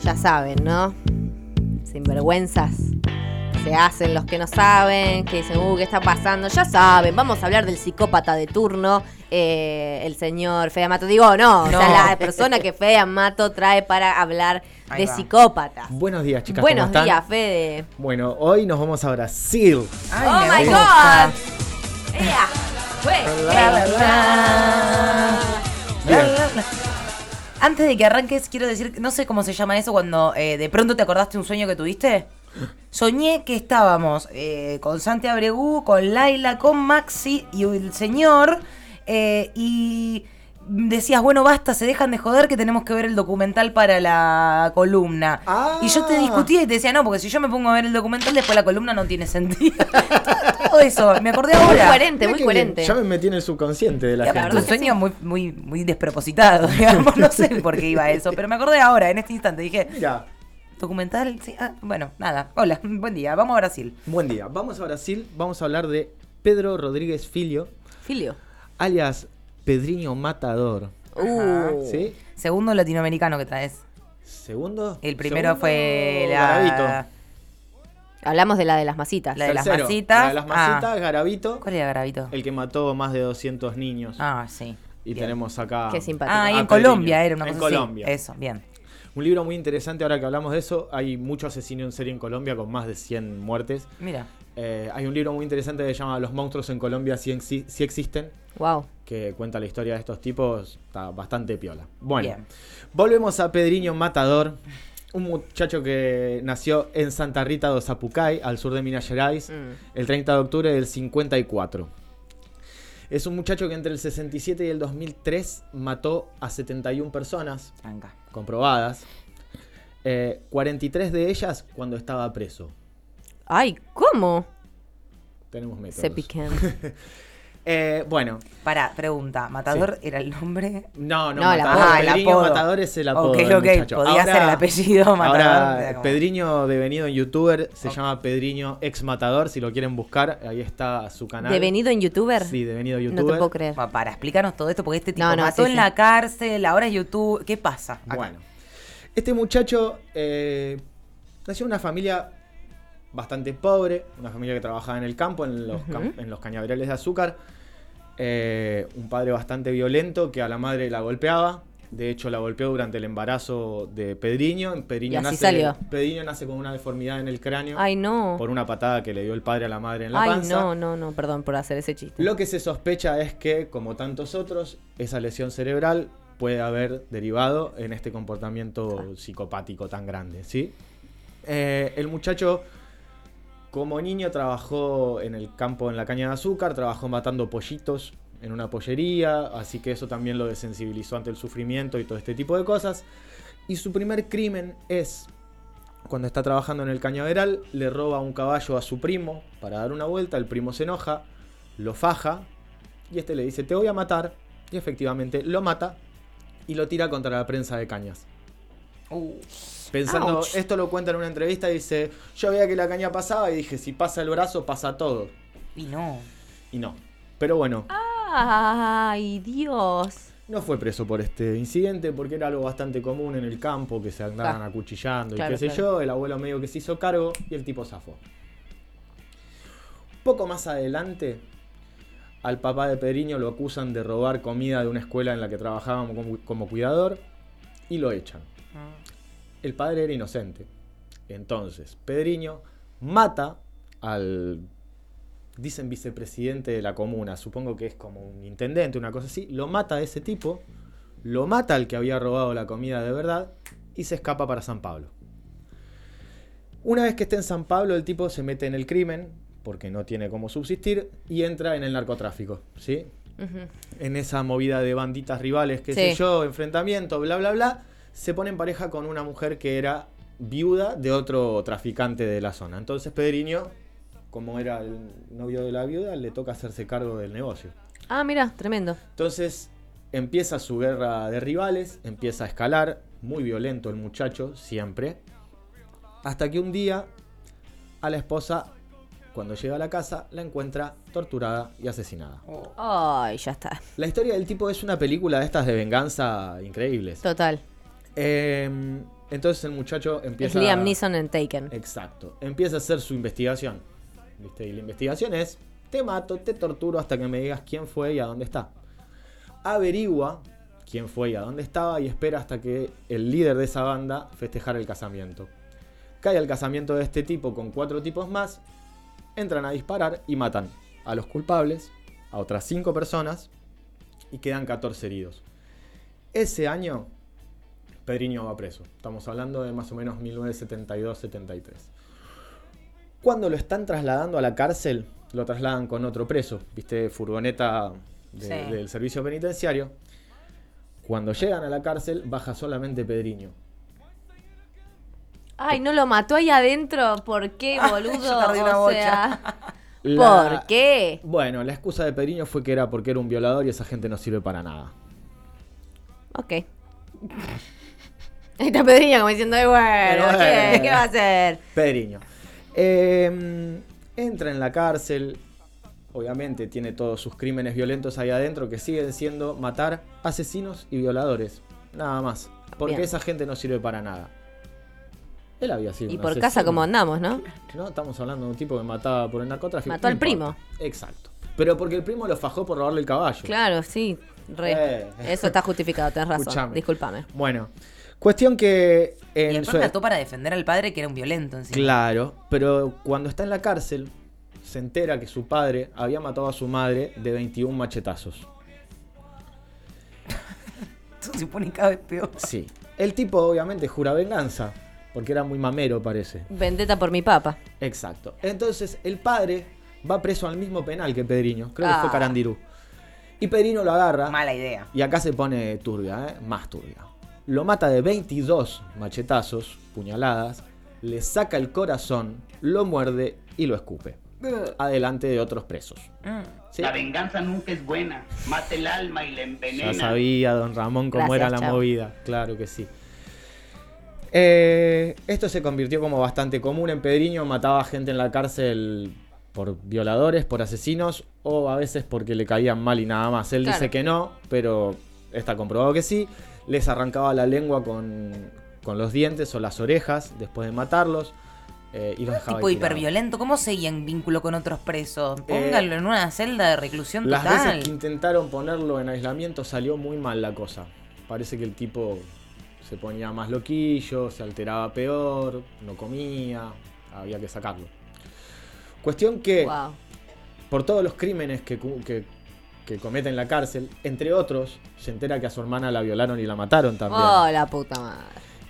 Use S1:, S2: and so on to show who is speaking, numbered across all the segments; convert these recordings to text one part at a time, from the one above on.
S1: ya saben, ¿no? Sinvergüenzas. Se hacen los que no saben, que dicen, uh, ¿qué está pasando? Ya saben, vamos a hablar del psicópata de turno, eh, el señor Fea Mato. Digo, no, o sea,
S2: No.
S1: la persona que Fea Mato trae para hablar
S2: Ahí
S1: de
S2: va.
S1: psicópatas.
S3: Buenos días, chicas. ¿cómo
S1: Buenos
S3: están?
S1: días, Fede.
S3: Bueno, hoy nos vamos a Brasil.
S2: Ay,
S1: ¡Oh,
S2: me
S1: my
S2: gusta.
S1: God! ¡Ea! ¡Fue! ¡Ea!
S3: Bien.
S2: Antes de que arranques, quiero decir, no sé cómo se llama eso cuando eh, de pronto te acordaste un sueño que tuviste. Soñé que estábamos eh, con Santi Abregú, con Laila, con Maxi y el señor. eh, y decías, bueno, basta, se dejan de joder que tenemos que ver el documental para la columna.
S3: Ah.
S2: Y yo te discutía y te decía, no, porque si yo me pongo a ver el documental, después la columna no tiene sentido. todo, todo eso, me acordé
S1: Muy
S2: ahora.
S1: coherente,
S3: Mirá
S1: muy
S3: que
S1: coherente.
S3: Ya me metí en el subconsciente de la
S2: La
S3: gente.
S2: verdad, un sueño muy, muy, muy despropositado, digamos. No sé por qué iba a eso, pero me acordé ahora, en este instante. Dije,
S3: Mira,
S2: documental, sí, ah, bueno, nada. Hola, buen día, vamos a Brasil.
S3: buen día. Vamos a Brasil, vamos a hablar de Pedro Rodríguez Filio,
S1: Filio.
S3: alias Pedriño Matador.
S1: Uh.
S3: ¿Sí?
S2: Segundo latinoamericano que traes.
S3: Segundo.
S2: El primero
S3: segundo,
S2: fue la.
S3: Garavito.
S1: Hablamos de la de las masitas.
S2: La de las
S3: Tercero,
S2: masitas.
S3: La de las masitas,
S2: Ah.
S3: Garavito,
S2: ¿Cuál era Gravito?
S3: el que mató más de 200 niños.
S2: Ah, sí.
S3: Y
S2: Bien.
S3: tenemos acá.
S1: Qué simpático.
S2: Ah, y en
S3: Ah, Pedriño.
S2: Colombia era una
S3: En
S2: cosa así.
S3: Colombia.
S2: Eso, bien.
S3: Un libro muy interesante, ahora que hablamos de eso, hay mucho asesino en serie en Colombia con más de 100 muertes.
S2: Mira.
S3: Eh, hay un libro muy interesante que se llama Los monstruos en Colombia si, exi- si existen,
S1: Wow.
S3: que cuenta la historia de estos tipos, está bastante piola. Bueno,
S2: Bien.
S3: volvemos a Pedriño Matador, un muchacho que nació en Santa Rita do Sapucay, al sur de Minas Gerais,
S1: Mm.
S3: el 30 de octubre del 54. Es un muchacho que entre el 67 y el 2003 mató a 71 personas
S2: Tranca.
S3: comprobadas, eh, 43 de ellas cuando estaba preso.
S1: Ay, ¿cómo?
S3: Tenemos métodos.
S1: Se piquen.
S3: Eh, bueno,
S2: Para, pregunta. ¿Matador era el nombre?
S3: no, no,
S1: No, el
S3: Matador.
S1: apodo.
S2: Ah, el
S3: Pedriño
S2: apodo.
S3: Matador es el apodo.
S2: Ok,
S3: del
S2: ok,
S3: muchacho.
S2: podía ser el apellido Matador, era
S3: Ahora,
S2: como-
S3: Pedriño, devenido en youtuber, se
S2: Ok.
S3: llama Pedriño Ex Matador. Si lo quieren buscar, ahí está su canal.
S1: ¿Devenido en youtuber?
S3: Sí, devenido youtuber.
S1: No te puedo creer.
S2: Pa- Para explicarnos todo esto, porque este tipo
S1: No, no,
S2: mató
S1: sí,
S2: en
S1: sí.
S2: la cárcel, ahora es YouTube. ¿Qué pasa? acá?
S3: Bueno, este muchacho eh, nació en una familia bastante pobre, una familia que trabajaba en el campo, en los, cam- en los cañaverales de azúcar. Eh, un padre bastante violento que a la madre la golpeaba. De hecho, la golpeó durante el embarazo de Pedriño. Pedriño,
S1: Y así
S3: nace,
S1: salió.
S3: Pedriño nace con una deformidad en el cráneo
S1: Ay, no.
S3: por una patada que le dio el padre a la madre en la
S1: Ay,
S3: panza.
S1: no, no, no, perdón por hacer ese chiste.
S3: Lo que se sospecha es que, como tantos otros, esa lesión cerebral puede haber derivado en este comportamiento psicopático tan grande, ¿sí? Eh, el muchacho, como niño, trabajó en el campo en la caña de azúcar, trabajó matando pollitos en una pollería, así que eso también lo desensibilizó ante el sufrimiento y todo este tipo de cosas. Y su primer crimen es, cuando está trabajando en el cañaveral, le roba un caballo a su primo para dar una vuelta, el primo se enoja, lo faja y este le dice, te voy a matar, y efectivamente lo mata y lo tira contra la prensa de cañas.
S2: Uh.
S3: Pensando,
S1: Ouch.
S3: esto lo cuenta en una entrevista, dice, yo veía que la caña pasaba y dije, si pasa el brazo, pasa todo.
S2: Y no.
S3: Y no. Pero bueno,
S1: Ah. Ay, Dios.
S3: no fue preso por este incidente porque era algo bastante común en el campo, que se andaban
S1: Ah.
S3: acuchillando
S1: Claro,
S3: y qué sé
S1: claro.
S3: yo, el abuelo medio que se hizo cargo y el tipo zafó. Poco más adelante, al papá de Pedriño lo acusan de robar comida de una escuela en la que trabajaba como, como cuidador y lo echan.
S1: Ah.
S3: El padre era inocente. Entonces, Pedriño mata al, dicen vicepresidente de la comuna, supongo que es como un intendente, una cosa así, lo mata a ese tipo, lo mata al que había robado la comida de verdad y se escapa para San Pablo. Una vez que está en San Pablo, el tipo se mete en el crimen, porque no tiene cómo subsistir, y entra en el narcotráfico, ¿sí?
S1: Ujú.
S3: en esa movida de banditas rivales, qué
S1: Sí.
S3: sé yo, enfrentamiento, bla, bla, bla, se pone en pareja con una mujer que era viuda de otro traficante de la zona. Entonces Pedriño, como era el novio de la viuda, le toca hacerse cargo del negocio.
S1: Ah, mira, tremendo.
S3: Entonces empieza su guerra de rivales, empieza a escalar, muy violento el muchacho, siempre. Hasta que un día a la esposa, cuando llega a la casa, la encuentra torturada y asesinada.
S2: Oh.
S1: Ay, ya está.
S3: La historia del tipo es una película de estas de venganza increíbles.
S1: Total.
S3: Eh, Entonces el muchacho
S1: Es
S3: empieza Eh,
S1: Liam Neeson en Taken.
S3: Exacto. Empieza a hacer su investigación. ¿Viste? Y la investigación es, te mato, te torturo hasta que me digas quién fue y a dónde está. Averigua quién fue y a dónde estaba y espera hasta que el líder de esa banda festejara el casamiento. Cae al casamiento de este tipo con cuatro tipos más, entran a disparar y matan a los culpables, a otras cinco personas y quedan 14 heridos. Ese año Pedriño va preso. Estamos hablando de más o menos 1972-73. Cuando lo están trasladando a la cárcel, lo trasladan con otro preso, viste, furgoneta de-
S2: Sí.
S3: del servicio penitenciario. Cuando llegan a la cárcel, baja solamente Pedriño.
S1: Ay, no lo mató ahí adentro. ¿Por qué, boludo?
S2: Yo tardé una
S1: o
S2: bocha.
S1: sea,
S3: La-
S1: ¿por qué?
S3: Bueno, la excusa de Pedriño fue que era porque era un violador y esa gente no sirve para nada.
S1: Ok. Ahí está Pedriño como diciendo, "Ay, bueno,
S3: Bueno,
S1: che,
S3: bueno.
S1: ¿qué va a hacer?
S3: Pedriño. Eh, entra en la cárcel. Obviamente tiene todos sus crímenes violentos ahí adentro que siguen siendo matar asesinos y violadores. Nada más. Porque
S1: Bien.
S3: esa gente no sirve para nada. Él había sido.
S1: Y
S3: un
S1: por
S3: asesino.
S1: casa como andamos, ¿no?
S3: No, estamos hablando de un tipo que mataba por el narcotráfico.
S1: Mató
S3: No
S1: al
S3: importa. Exacto. Pero porque el primo lo fajó por robarle el caballo.
S1: Claro, sí. re.
S3: Eh.
S1: Eso está justificado, tenés razón.
S3: Escuchame.
S1: Disculpame.
S3: Bueno, cuestión que.
S2: Y
S3: En
S2: después
S3: su-
S2: mató para defender al padre que era un violento encima.
S3: Claro, pero cuando está en la cárcel, se entera que su padre había matado a su madre de 21 machetazos.
S2: Esto se pone cada vez peor.
S3: Sí. El tipo obviamente jura venganza, porque era muy mamero parece.
S1: Vendetta por mi papa.
S3: Exacto. Entonces el padre va preso al mismo penal que Pedriño, creo que
S1: Ah.
S3: fue Carandirú. Y Pedriño lo agarra
S2: Mala idea.
S3: y acá se pone turbia, ¿eh? más turbia. Lo mata de 22 machetazos, puñaladas, le saca el corazón, lo muerde y lo escupe. Adelante de otros presos.
S2: Mm.
S3: ¿Sí?
S4: La venganza nunca es buena. Mata el alma y la envenena.
S3: Ya sabía, don Ramón, cómo
S1: Gracias,
S3: era la
S1: chao.
S3: movida. Claro que sí. Eh, esto se convirtió como bastante común. En Pedriño mataba gente en la cárcel por violadores, por asesinos o a veces porque le caían mal y nada más. Él
S1: Claro.
S3: dice que no, pero está comprobado que sí. Les arrancaba la lengua con, con los dientes o las orejas después de matarlos eh, y los dejaba
S2: Tipo
S3: ahí tirados.
S2: hiperviolento. ¿Cómo seguía en vínculo con otros presos?
S3: Eh,
S2: Pónganlo en una celda de reclusión
S3: Las
S2: total.
S3: veces que intentaron ponerlo en aislamiento salió muy mal la cosa. Parece que el tipo se ponía más loquillo, se alteraba peor, no comía, había que sacarlo. Cuestión que,
S1: Wow.
S3: por todos los crímenes que, cu- que- que comete en la cárcel, entre otros, se entera que a su hermana la violaron y la mataron también.
S1: Oh, la puta madre.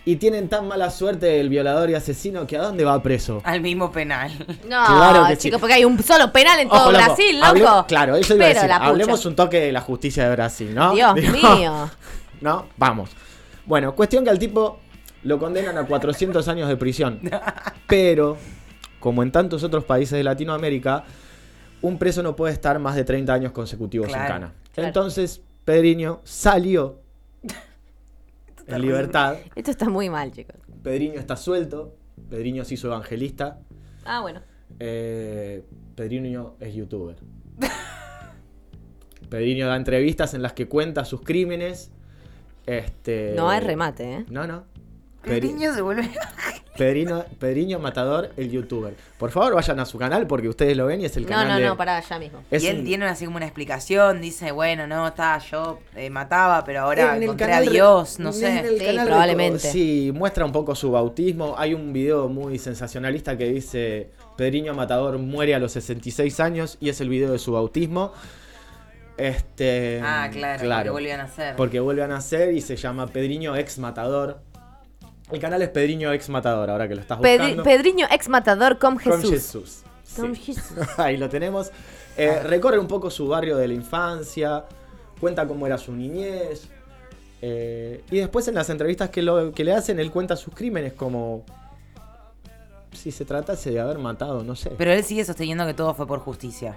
S3: Y tienen tan mala suerte el violador y asesino que a dónde va preso.
S2: Al mismo penal.
S1: No,
S3: Claro que sí.
S1: chicos, porque hay un solo penal en todo
S3: Ojo, loco,
S1: Brasil,
S3: hable-
S1: loco.
S3: claro, eso iba a
S1: Pero
S3: decir.
S1: la pucha.
S3: Hablemos un Ah, toque de la justicia de Brasil, ¿no?
S1: Dios
S3: Digo,
S1: mío.
S3: ¿no? Vamos. Bueno, cuestión que al tipo lo condenan a 400 años de prisión. Pero, como en tantos otros países de Latinoamérica, un preso no puede estar más de 30 años consecutivos
S2: Claro,
S3: en cana.
S1: claro.
S3: Entonces, Pedriño salió en libertad.
S1: Esto está muy mal, chicos.
S3: Pedriño está suelto. Pedriño se hizo evangelista.
S1: Ah, bueno.
S3: Eh, Pedriño es youtuber. Pedriño da entrevistas en las que cuenta sus crímenes. Este,
S1: No hay remate, ¿eh?
S3: No, no.
S2: El
S3: Pedri-
S2: niño se vuelve.
S3: Pedrino- Pedriño Matador, el youtuber. Por favor, vayan a su canal porque ustedes lo ven y es el
S1: No,
S3: canal.
S1: no,
S3: de-
S1: no, pará, ya mismo.
S3: es
S2: y él
S3: un-
S2: tiene así como una explicación, dice, bueno, no, está, yo eh, mataba, pero ahora
S3: en el
S2: encontré
S3: canal
S2: a
S3: re-
S2: Dios, no
S3: en
S2: sé.
S3: el
S1: Sí,
S3: canal de-
S1: probablemente.
S3: sí, muestra un poco su bautismo. Hay un video muy sensacionalista que dice: Pedriño Matador muere a los 66 años y es el video de su bautismo. Este.
S2: Ah, claro, lo volvían a hacer.
S3: Porque vuelve a nacer y se llama Pedriño Ex Matador. El canal es Pedriño Ex Matador, ahora que lo estás
S1: Pedri-
S3: buscando.
S1: Pedriño, ex matador, com
S3: Con
S1: Jesús.
S3: Jesús. Sí.
S1: Con Jesús.
S3: Ahí lo tenemos. Eh, recorre un poco su barrio de la infancia, cuenta cómo era su niñez. eh, y después en las entrevistas que, lo- que le hacen, él cuenta sus crímenes como si se tratase de haber matado, no sé.
S2: Pero él sigue sosteniendo que todo fue por justicia.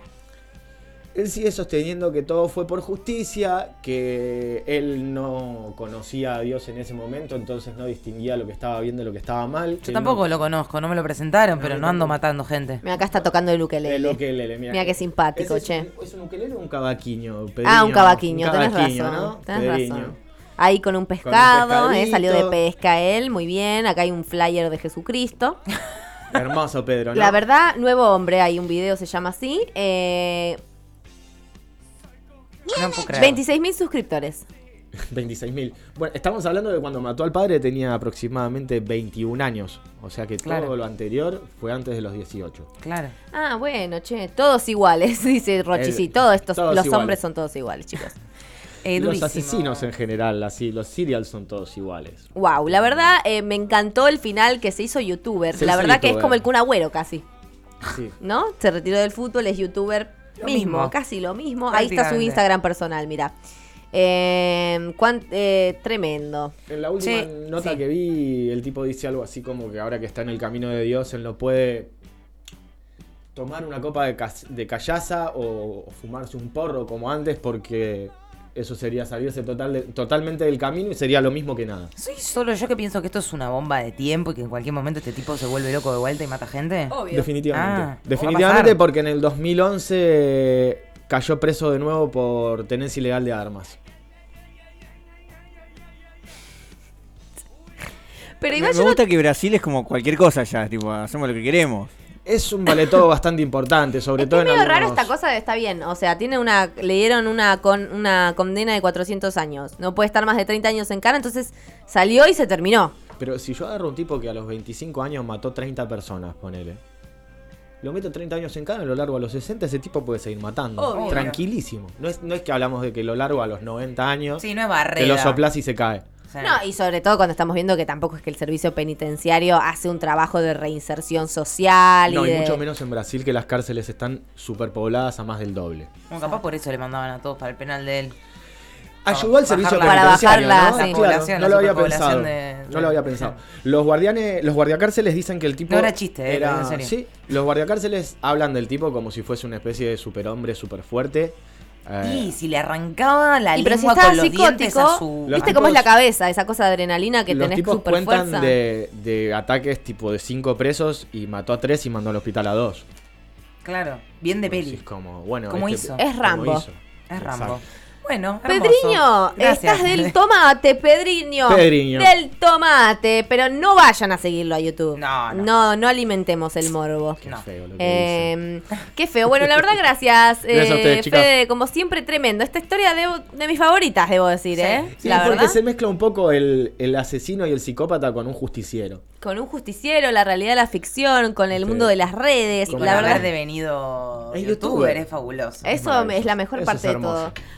S3: Él sigue sosteniendo que todo fue por justicia, que él no conocía a Dios en ese momento, entonces no distinguía lo que estaba bien de lo que estaba mal.
S2: Yo tampoco lo conozco, no me lo presentaron,
S3: No,
S2: pero
S3: yo
S2: no ando
S3: tampoco.
S2: matando gente.
S1: Mira, acá está tocando el ukelele.
S3: El ukelele, mira.
S1: Mira qué simpático,
S3: ¿Ese
S1: che.
S3: ¿Es un, ¿Es un ukelele o un cavaquinho?
S1: Ah, un cavaquinho, tenés razón,
S3: ¿no?
S1: tenés
S3: Pedriño.
S1: razón. ahí con un
S3: un
S1: pescado, eh, salió de
S3: pescadito.
S1: pesca él, muy bien. Acá hay un flyer de Jesucristo.
S3: Hermoso, Pedro. ¿no?
S1: La verdad, nuevo hombre, hay un video, se llama así. Eh,
S2: No puedo creer.
S1: 26.000 suscriptores.
S3: 26.000. Bueno, estamos hablando de cuando mató al padre tenía aproximadamente 21 años. O sea que
S2: Claro.
S3: todo lo anterior fue antes de los 18.
S2: Claro.
S1: Ah, bueno, che, todos iguales, dice Rochi.
S3: El-
S1: Sí, todos estos,
S3: todos
S1: los
S3: iguales.
S1: hombres son todos iguales, chicos.
S2: Eh,
S3: los
S2: durísimo.
S3: asesinos en general, así, los serials son todos iguales.
S1: Wow, la verdad, eh, me encantó el final que se hizo youtuber.
S3: Se
S1: la
S3: hizo
S1: verdad que es
S3: youtuber.
S1: como el Kun Agüero casi,
S3: Sí.
S1: ¿no? Se retiró del fútbol, es youtuber
S2: Lo
S1: mismo,
S2: mismo.
S1: casi lo mismo. Ahí está su
S2: Prácticamente.
S1: Instagram personal, mira. Eh, cuán- eh, tremendo.
S3: En la última
S2: Sí,
S3: nota
S2: sí.
S3: que vi, el tipo dice algo así como que ahora que está en el camino de Dios, él no puede tomar una copa de, cas- de callaza o, o fumarse un porro como antes porque eso sería salirse total de- totalmente del camino y sería lo mismo que nada.
S2: ¿Soy solo yo que pienso que esto es una bomba de tiempo y que en cualquier momento este tipo se vuelve loco de vuelta y mata gente?
S1: Oh.
S3: Definitivamente.
S2: Ah, va a
S3: Definitivamente
S2: pasar.
S3: porque en el 2011 cayó preso de nuevo por tenencia ilegal de armas.
S1: Pero
S5: Me,
S1: igual
S5: me
S1: yo no-
S5: gusta que Brasil es como cualquier cosa ya, tipo, hacemos lo que queremos.
S3: Es un baleto bastante importante, sobre
S1: Es que
S3: todo
S1: es
S3: en
S1: medio raro
S3: algunos-
S1: esta cosa de está bien, o sea, tiene una le dieron una con una condena de 400 años. No puede estar más de 30 años en cara, entonces salió y se terminó.
S3: Pero si yo agarro un tipo que a los 25 años mató 30 personas, ponele. Lo meto 30 años en cana, lo largo a los 60, ese tipo puede seguir matando.
S2: Obvio.
S3: Tranquilísimo. No es, no es que hablamos de que lo largo a los 90 años,
S2: Sí, no es
S3: te
S2: barrera.
S3: lo soplas y se cae.
S2: O sea,
S1: No, y sobre todo cuando estamos viendo que tampoco es que el servicio penitenciario hace un trabajo de reinserción social
S3: No,
S1: y
S3: y
S1: de-
S3: mucho menos en Brasil que las cárceles están superpobladas a más del doble.
S2: Bueno, capaz por eso le mandaban a todos para el penal de él.
S3: Ayudó Ah, al
S2: bajar
S3: servicio
S2: la-
S1: Para
S3: penitenciario,
S1: bajar
S3: ¿no?
S1: la-
S3: Sí,
S1: la
S3: claro,
S2: población,
S3: no
S2: la
S3: lo había
S2: superpoblación
S3: pensado.
S2: de-
S3: No lo había pensado. Los guardianes, los guardiacárceles dicen que el tipo
S2: No era chiste, eh,
S3: era-
S2: en serio.
S3: Sí, los guardiacárceles hablan del tipo como si fuese una especie de superhombre superfuerte. Eh,
S2: Y si le arrancaba la
S1: Y pero si
S2: lengua
S1: estaba
S2: con los dientes a
S1: psicótico,
S2: su...
S3: Los
S1: ¿viste cómo es la
S3: tipos-
S1: cabeza? Esa cosa de adrenalina que
S3: los
S1: tenés
S3: tipos
S1: super
S3: cuentan
S1: fuerza.
S3: de, de ataques tipo de cinco presos y mató a tres y mandó al hospital a dos.
S2: Claro, bien de
S3: Decís
S2: peli.
S3: como, bueno,
S2: ¿Cómo
S3: este-
S2: hizo?
S1: Es
S3: ¿cómo
S1: Rambo.
S3: hizo?
S2: Es Rambo.
S3: Exacto.
S2: Bueno, hermoso.
S1: Pedriño,
S2: Gracias.
S1: estás del tomate, Pedriño.
S3: Pedriño.
S1: Del tomate, pero no vayan a seguirlo a YouTube.
S2: No, no.
S1: no, no alimentemos el morbo.
S3: Qué
S2: No.
S3: feo lo que dicen.
S1: Eh, qué feo. Bueno, la verdad, gracias. eh,
S3: Gracias a ustedes, chicas.
S1: Fede, como siempre, tremendo. Esta historia de, de mis favoritas, debo decir,
S2: Sí.
S1: ¿eh?
S3: Sí,
S1: la
S3: porque
S1: verdad.
S3: se mezcla un poco el, el asesino y el psicópata con un justiciero.
S1: Con un justiciero, la realidad, la ficción, con el
S3: Sí.
S1: mundo de las redes.
S2: Y con
S1: la
S2: haber
S1: verdad,
S2: devenido
S3: Es
S2: youtuber,
S3: youtuber.
S2: es fabuloso.
S1: eso es
S3: maravilloso.
S1: la mejor
S3: Eso
S1: parte
S3: es
S1: de todo.
S3: hermoso.